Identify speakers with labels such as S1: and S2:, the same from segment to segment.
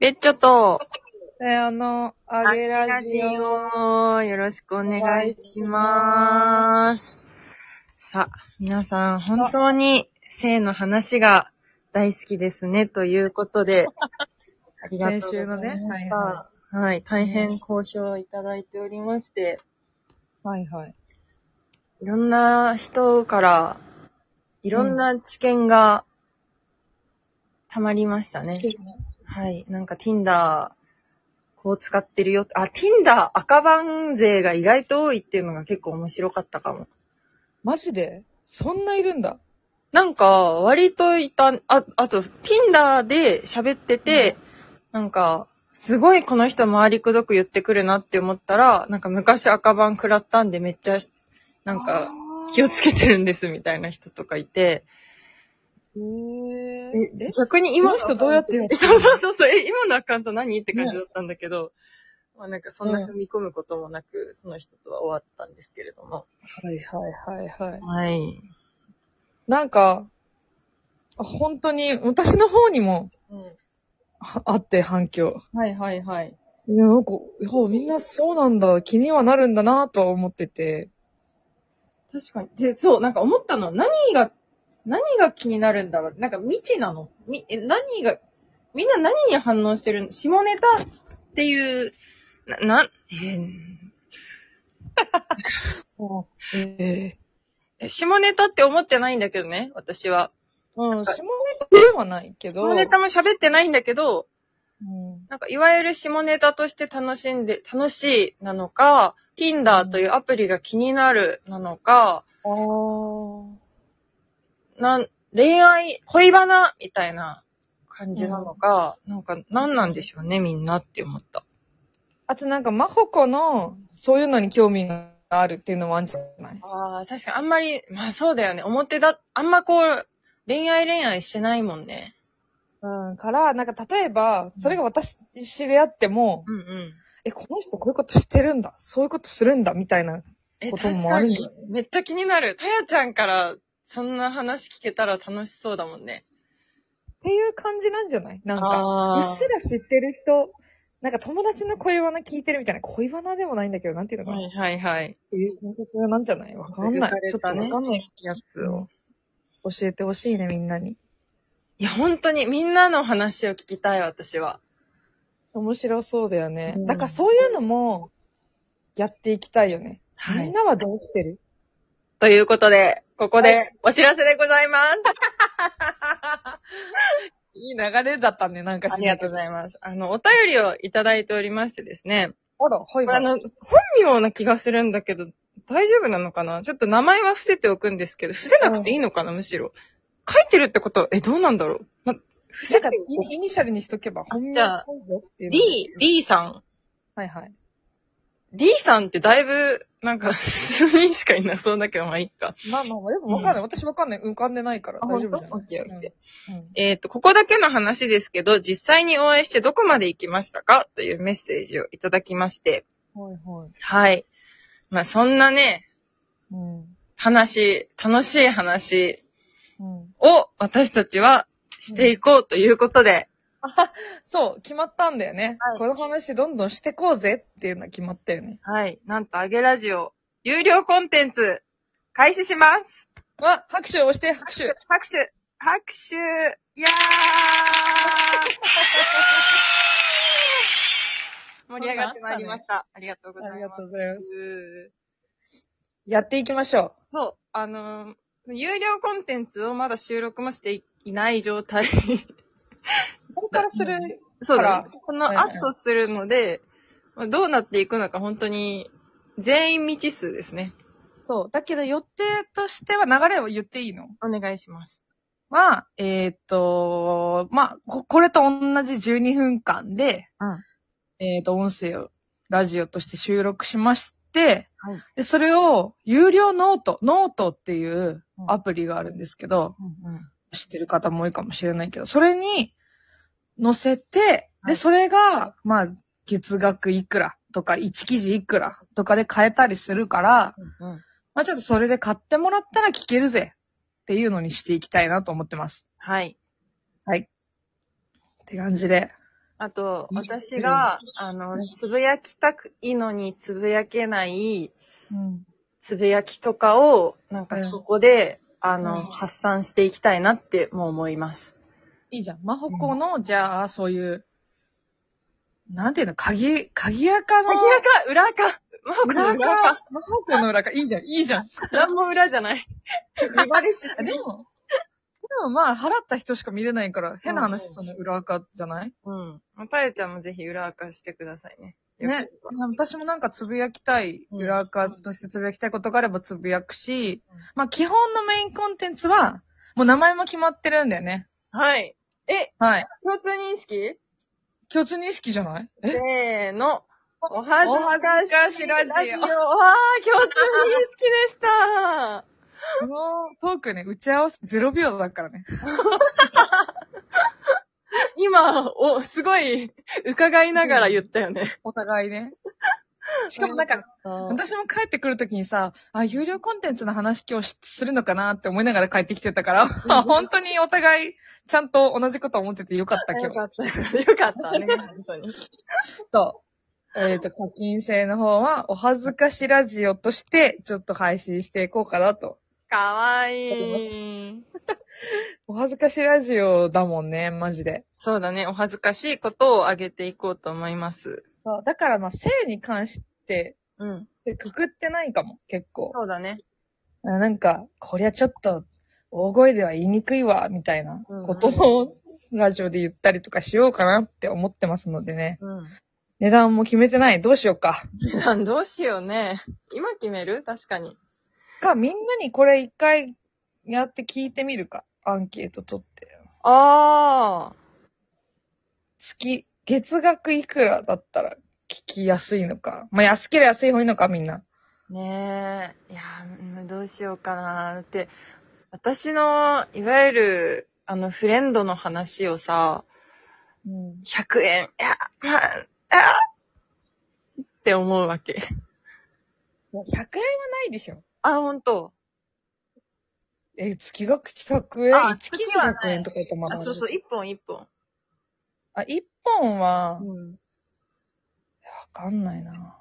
S1: べっちょと、
S2: さよの、あげラジオ。
S1: オよろしくお願いします。さあ、皆さん、本当に性の話が大好きですね、ということで、ありがとうございまし
S2: 先週
S1: た。
S2: の
S1: は
S2: ね
S1: い、大変好評いただいておりまして、
S2: はいはい。
S1: いろんな人から、いろんな知見が、たまりましたね。はい。なんか Tinder、こう使ってるよ。あ、Tinder 赤番勢が意外と多いっていうのが結構面白かったかも。
S2: マジでそんないるんだ。
S1: なんか、割といた、あ、あと、Tinder で喋ってて、なんか、すごいこの人周りくどく言ってくるなって思ったら、なんか昔赤番食らったんでめっちゃ、なんか、気をつけてるんですみたいな人とかいて、
S2: へー
S1: え
S2: え
S1: 逆に今
S2: 今の
S1: の
S2: 人どうやってやって
S1: そうそうそうそう、え、今のアカウント何って感じだったんだけど、まあなんかそんな踏み込むこともなく、その人とは終わったんですけれども。
S2: はいはいはいはい。
S1: はい。
S2: なんか、あ本当に、私の方にもああって反響。
S1: はいはいはい。
S2: いや、なんか、いやみんなそうなんだ、気にはなるんだなとは思ってて。
S1: 確かに。で、そう、なんか思ったの、何が、何が気になるんだろう。なんか未知なのみ、え、何が、みんな何に反応してるの下ネタっていう、な、な、えー
S2: ええ
S1: え下ネタって思ってないんだけどね、私は。
S2: うん、下ネタではないけど。
S1: 下ネタも喋ってないんだけど、
S2: うん
S1: なんか、いわゆる下ネタとして楽しんで、楽しいなのか、Tinder というアプリが気になるなのか、
S2: あー
S1: なん、恋愛、恋バナみたいな感じなのか、なんか、何なんでしょうね、みんなって思った。
S2: あとなんか、マホコの、そういうのに興味があるっていうのもあるんじゃない
S1: ああ、確かにあんまり、まあそうだよね、表だ、あんまこう、恋愛恋愛してないもんね。
S2: うん。から、なんか例えば、それが私であっても、
S1: うんうん。
S2: え、この人こういうことしてるんだ。そういうことするんだ。みたいな。
S1: え、
S2: こと
S1: 確
S2: もあ
S1: か
S2: るよね
S1: に、めっちゃ気になる。たやちゃんから、そんな話聞けたら楽しそうだもんね。
S2: っていう感じなんじゃないなんか、
S1: あ
S2: うっすら知ってる人、なんか友達の恋バナ聞いてるみたいな。恋バナでもないんだけど、なんていうのかな。
S1: はいはいはい。
S2: っていう感覚なんじゃないわかんない。ちょっとわかんない。
S1: やつ
S2: を
S1: を。
S2: 教えてほしいね、みんなに。
S1: いや、本当にみんなの話を聞きたい、私は。
S2: 面白そうだよね。
S1: うん
S2: だからそういうのも、やっていきたいよね。
S1: は
S2: み
S1: い。
S2: んなはどうしてる
S1: ということで、ここ
S2: は
S1: でお知らせでございます。
S2: いい流れだったね、なんか
S1: ありがとうございます。あの、お便りをいただいておりましてですね。
S2: あら、はい
S1: これ
S2: は
S1: あ
S2: い。
S1: の、本名な気がするんだけど、大丈夫なのかなちょっと名前は伏せておくんですけど、伏せなくていいのかな、むしろ。書いてるってことは、え、どうなんだろう、ま、伏せ
S2: なんか
S1: て
S2: イニ、イニシャルにしとけば、本名
S1: じゃあ
S2: っぽいよっていうの。
S1: D、D さん。
S2: はいはい。
S1: D さんってだいぶ、なんか、数人しかいなそうだけど、まあ、いっか。
S2: まあまあまあ、でもわかんない。私わかんない。浮かんでないから大丈
S1: 本
S2: 夫じゃ
S1: 当オ
S2: な
S1: ッケーオッケー。
S2: いうん
S1: えっ、と、ここだけの話ですけど、実際にお会いしてどこまで行きましたかというメッセージをいただきまして、
S2: はいはい。
S1: はい。まあ、そんなね、
S2: うん。
S1: 話、楽しい話
S2: うん。
S1: を私たちはしていこうということで、
S2: そう、決まったんだよね。
S1: はい
S2: この話どんどんしてこうぜっていうのは決まったよね。
S1: はい。なんと、あげラジオ、有料コンテンツ、開始します
S2: わ、拍手押して、拍手。
S1: 拍手拍手い やー盛り上がってまいりました。ありがとうございます。
S2: うございま。
S1: す。
S2: やっていきましょ
S1: そう、あのー有料コンテンツをまだ収録もしていない状態。
S2: う。ここからする、
S1: そうだ、
S2: あら
S1: ね。この後するので、まあどうなっていくのか本当に、全員未知数ですね。
S2: そう。だけど予定としては流れを言っていいの
S1: お願いします。
S2: は、えーっと、まあ、ここれと同じ12分間で、
S1: うん
S2: えーっと、音声を、ラジオとして収録しまして、
S1: はい
S2: で、それを、有料ノート、ノートっていう
S1: うん
S2: アプリがあるんですけど、
S1: うんうん。
S2: 知ってる方も多いかもしれないけど、それに載せて、
S1: はい
S2: で、それが、まあ、月額いくらとか、1記事いくらとかで買えたりするから、
S1: うんうん、
S2: まあ、ちょっとそれで買ってもらったら聞けるぜっていうのにしていきたいなと思ってます。
S1: はい。
S2: はい。って感じで。
S1: あと、私が、あの、つぶやきたくいいのにつぶやけない
S2: うん。
S1: つぶやきとかを、なんか
S2: うん
S1: そこで、あ
S2: うん
S1: の、発散していきたいなってもう思います。
S2: いいじゃん。マホコの、じゃあ、そういう、なんていうの、鍵、鍵垢の、
S1: 明らか、裏か、まほこの裏
S2: 裏
S1: か、
S2: 垢マホコの裏か、いいじゃん、いいじゃん。
S1: なんも裏じゃない。粘りし
S2: あでも、でもまあ、払った人しか見れないから、変な話、その裏垢じゃない
S1: うん。たえちゃんもぜひ裏垢してくださいね。
S2: ね。私もなんかつぶやきたい、
S1: うん
S2: 裏垢としてつぶやきたいことがあればつぶやくし
S1: うん、
S2: まあ基本のメインコンテンツは、もう名前も決まってるんだよね。
S1: はい。え、
S2: はい。
S1: 共通認識
S2: 共通認識じゃない
S1: せーの。おは
S2: おは
S1: ず
S2: ず
S1: か
S2: か
S1: し
S2: し
S1: ラ
S2: ラ
S1: ジ
S2: ジ
S1: オ。
S2: オ
S1: わー、共通認識でした。
S2: このトークね、打ち合わせ0秒だからね。
S1: 今、お、すごい、伺いながら言ったよね。
S2: お互い ね。しかもなんか、私も帰ってくるときにさ、あ、有料コンテンツの話今日しするのかなって思いながら帰ってきてたから、 本当にお互い、ちゃんと同じこと思っててよかった今
S1: よ
S2: 日。
S1: かった。よかったね、本当に。
S2: と、えっ、と、課金制の方は、お恥ずかしラジオとして、ちょっと配信していこうかなと。
S1: かわいい。
S2: お恥ずかしラジオだもんね、マジで。
S1: そうだね、お恥ずかしいことをあげていこうと思います。
S2: そうだから、まあ、性に関して、
S1: うん。
S2: くくってないかも、結構。
S1: そうだね。
S2: あなんか、こりゃちょっと、大声では言いにくいわ、みたいなことを、ラジオで言ったりとかしようかなって思ってますのでね。
S1: うん。
S2: 値段も決めてない。どうしようか。
S1: なん どうしようね。今決める確かに。
S2: か、みんなにこれ一回やって聞いてみるか。アンケート取って。
S1: ああ。
S2: 月、月額いくらだったら聞きやすいのか。まあ、安ければ安い方がいいのか、みんな。
S1: ねえ。いやー、うんどうしようかな。だって、私の、いわゆる、あの、フレンドの話をさ、
S2: うん。
S1: 100円、いや、まあ、あって思うわけ。
S2: 100円はないでしょ。
S1: あ、ほんと。
S2: え、月額100円
S1: あ
S2: ?1 記事100円とか言っても
S1: あ、そうそう、一本一本。
S2: あ、1本は、わ
S1: うん。
S2: かんないな。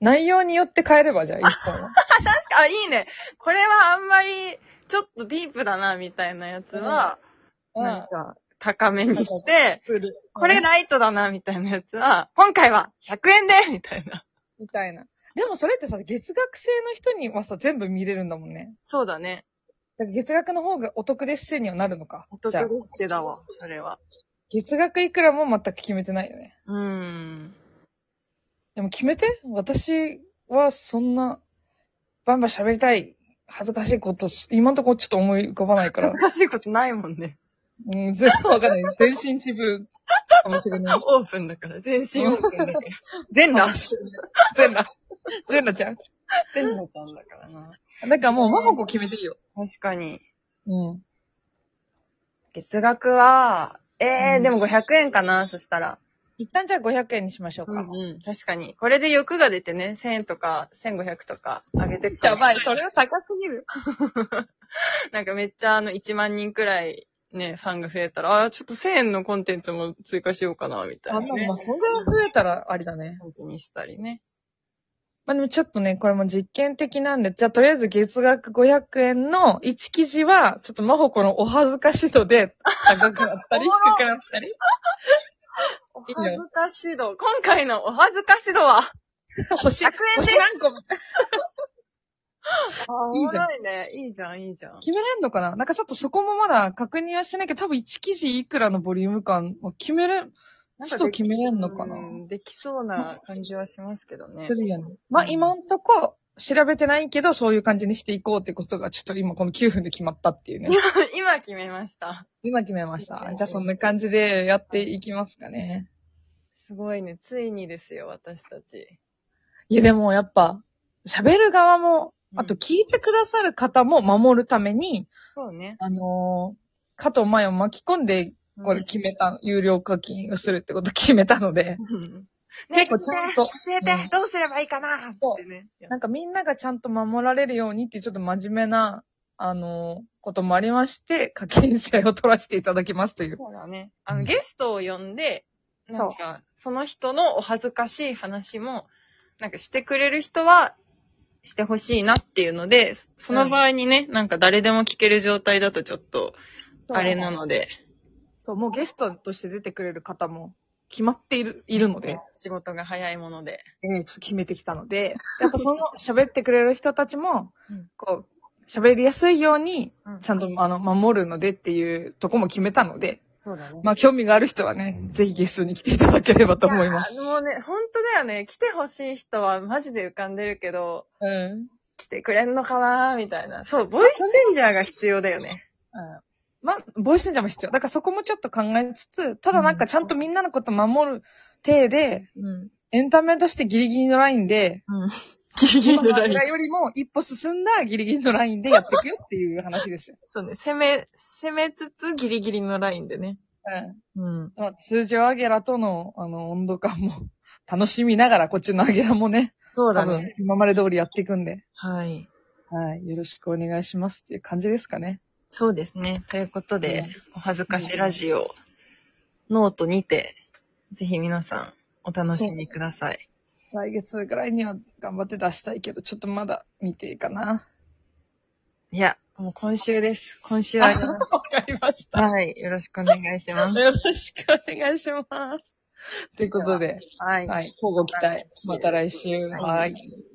S2: 内容によって変えれば、じゃあ1本は。
S1: 確か、あ、いいね。これはあんまり、ちょっとディープだな、みたいなやつは、なんか、高めにして、これ
S2: な、
S1: ライトだな、みたいなやつは、今回は100円でみたいな。
S2: みたいな。でもそれってさ、月額制の人にはさ、全部見れるんだもんね。
S1: そうだね。
S2: だから月額の方がお得です制にはなるのか。
S1: お得
S2: じゃあ
S1: ですってだわ、それは。
S2: 月額いくらも全く決めてないよね。
S1: うーん。
S2: でも決めて。私はそんな、バンバン喋りたい、恥ずかしいことし、今んとこちょっと思い浮かばないから
S1: 恥ず、かしいことないもんね。
S2: うん、全部わかんない。全身自分かもしれない。
S1: オープンだから、全身オープンだから。 全裸。
S2: 全裸。全裸ちゃん。
S1: 全裸ちゃんだからな。
S2: なんかもう、マホコ決めていいよ。
S1: 確かに。
S2: うん。
S1: 月額は、えー、
S2: うん
S1: でも500円かな、そしたら。
S2: 一旦じゃあ500円にしましょう
S1: う
S2: か。
S1: ん、うん、確かに。これで欲が出てね、1000円とか、1500とか上げてくか
S2: や
S1: ら
S2: ばい、それは高すぎる。
S1: なんかめっちゃあの1万人くらいね、ファンが増えたら、あーちょっと1000円のコンテンツも追加しようかな、みたい
S2: あ
S1: な、
S2: んな
S1: ね。
S2: まあ、そんぐらい増えたらありだね。
S1: 感じにしたりね。
S2: まあでもちょっとね、これも実験的なんで、じゃあとりあえず月額500円の1記事は、ちょっとマホコのお恥ずかし度で高くなったり
S1: おもろ
S2: 低くなったり。
S1: お恥
S2: いいね
S1: ずかし度。今回のお恥ずかし度は、
S2: 星、
S1: 100円で
S2: 星何個も
S1: いい
S2: い
S1: じ
S2: じ
S1: ゃ
S2: ゃ
S1: ん。ね。いいじゃん、いいじゃん。
S2: 決めれんのかななんかちょっとそこもまだ確認はしてないけど、多分1記事いくらのボリューム感は決めれん、ちょっと決めれんのかな
S1: うんできそうな感じはしますけどね
S2: す。るよね。まあ今んとこ調べてないけど、そういう感じにしていこうってことが、ちょっと今この9分で決まったっていうね。
S1: 今決めました。
S2: 今決めました。じゃあそんな感じでやっていきますかね。
S1: すごいね。ついにですよ、私たち。
S2: いや、でもやっぱ、喋る側も、あと
S1: うん
S2: 聞いてくださる方も守るために、
S1: そうね。
S2: あのー加藤麻を巻き込んで、これ
S1: うん
S2: 決めた、有料課金をするってこと決めたので、
S1: ね
S2: 結構ちゃんと
S1: 教えて、
S2: うん
S1: どうすればいいかなってね。
S2: なんかみんながちゃんと守られるようにっていうちょっと真面目なあの、こともありまして、課金制を取らせていただきますという。
S1: そうだね。あの、ゲストを呼んで、なん
S3: そう。
S1: か、その人のお恥ずかしい話も、なんかしてくれる人は、してほしいなっていうので、その場合にね、なんか誰でも聞ける状態だとちょっと、あれなので。
S2: そう、もうゲストとして出てくれる方も決まっている、いるので、
S1: 仕事が早いもので。
S2: ええちょっと決めてきたの で、やっぱその喋ってくれる人たちも
S1: うん、
S2: こう、喋りやすいように
S1: うん、
S2: ちゃんと、あの、守るのでっていうとこも決めたので、
S1: そうだね。
S2: まあ、興味がある人はね、ぜひゲストに来ていただければと思います。
S1: あもうね、本当だよね。来てほしい人はマジで浮かんでるけど、
S2: うん。
S1: 来てくれんのかなみたいな。そう、ボイスチェンジャーが必要だよね。
S2: まあ、ボイスチェンジャーも必要。だからそこもちょっと考えつつ、ただなんかちゃんとみんなのこと守る体で、
S1: うん。
S2: エンタメとしてギリギリのラインで、
S1: ギリギリ
S2: 今の
S1: だよ。
S2: 間よりも一歩進んだギリギリのラインでやっていくよっていう話ですよ。
S1: そうね、攻め、攻めつつギリギリのラインでね。
S2: うん。
S1: うん。
S2: まあ、通常アゲラとの、あの、温度感も楽しみながら、こっちのアゲラもね、
S1: そう
S2: 多
S1: だね。
S2: 分今まで通りやっていくんで、
S1: はい。
S2: はい、よろしくお願いしますっていう感じですかね。
S1: そうですね。ということで、
S2: うん
S1: お恥ずかしラジオ、ノートにて、ぜひ皆さん、お楽しみください。
S2: 来月ぐらいには頑張って出したいけど、ちょっとまだ見ていいかな。
S1: いや、もう今週です。今週
S2: わ
S1: は、
S2: かりました。
S1: はい。よろしくお願いします。
S2: よろしくお願いします。ということで、
S1: はい。
S2: はい、交互期待。また来週。
S1: はい
S2: はい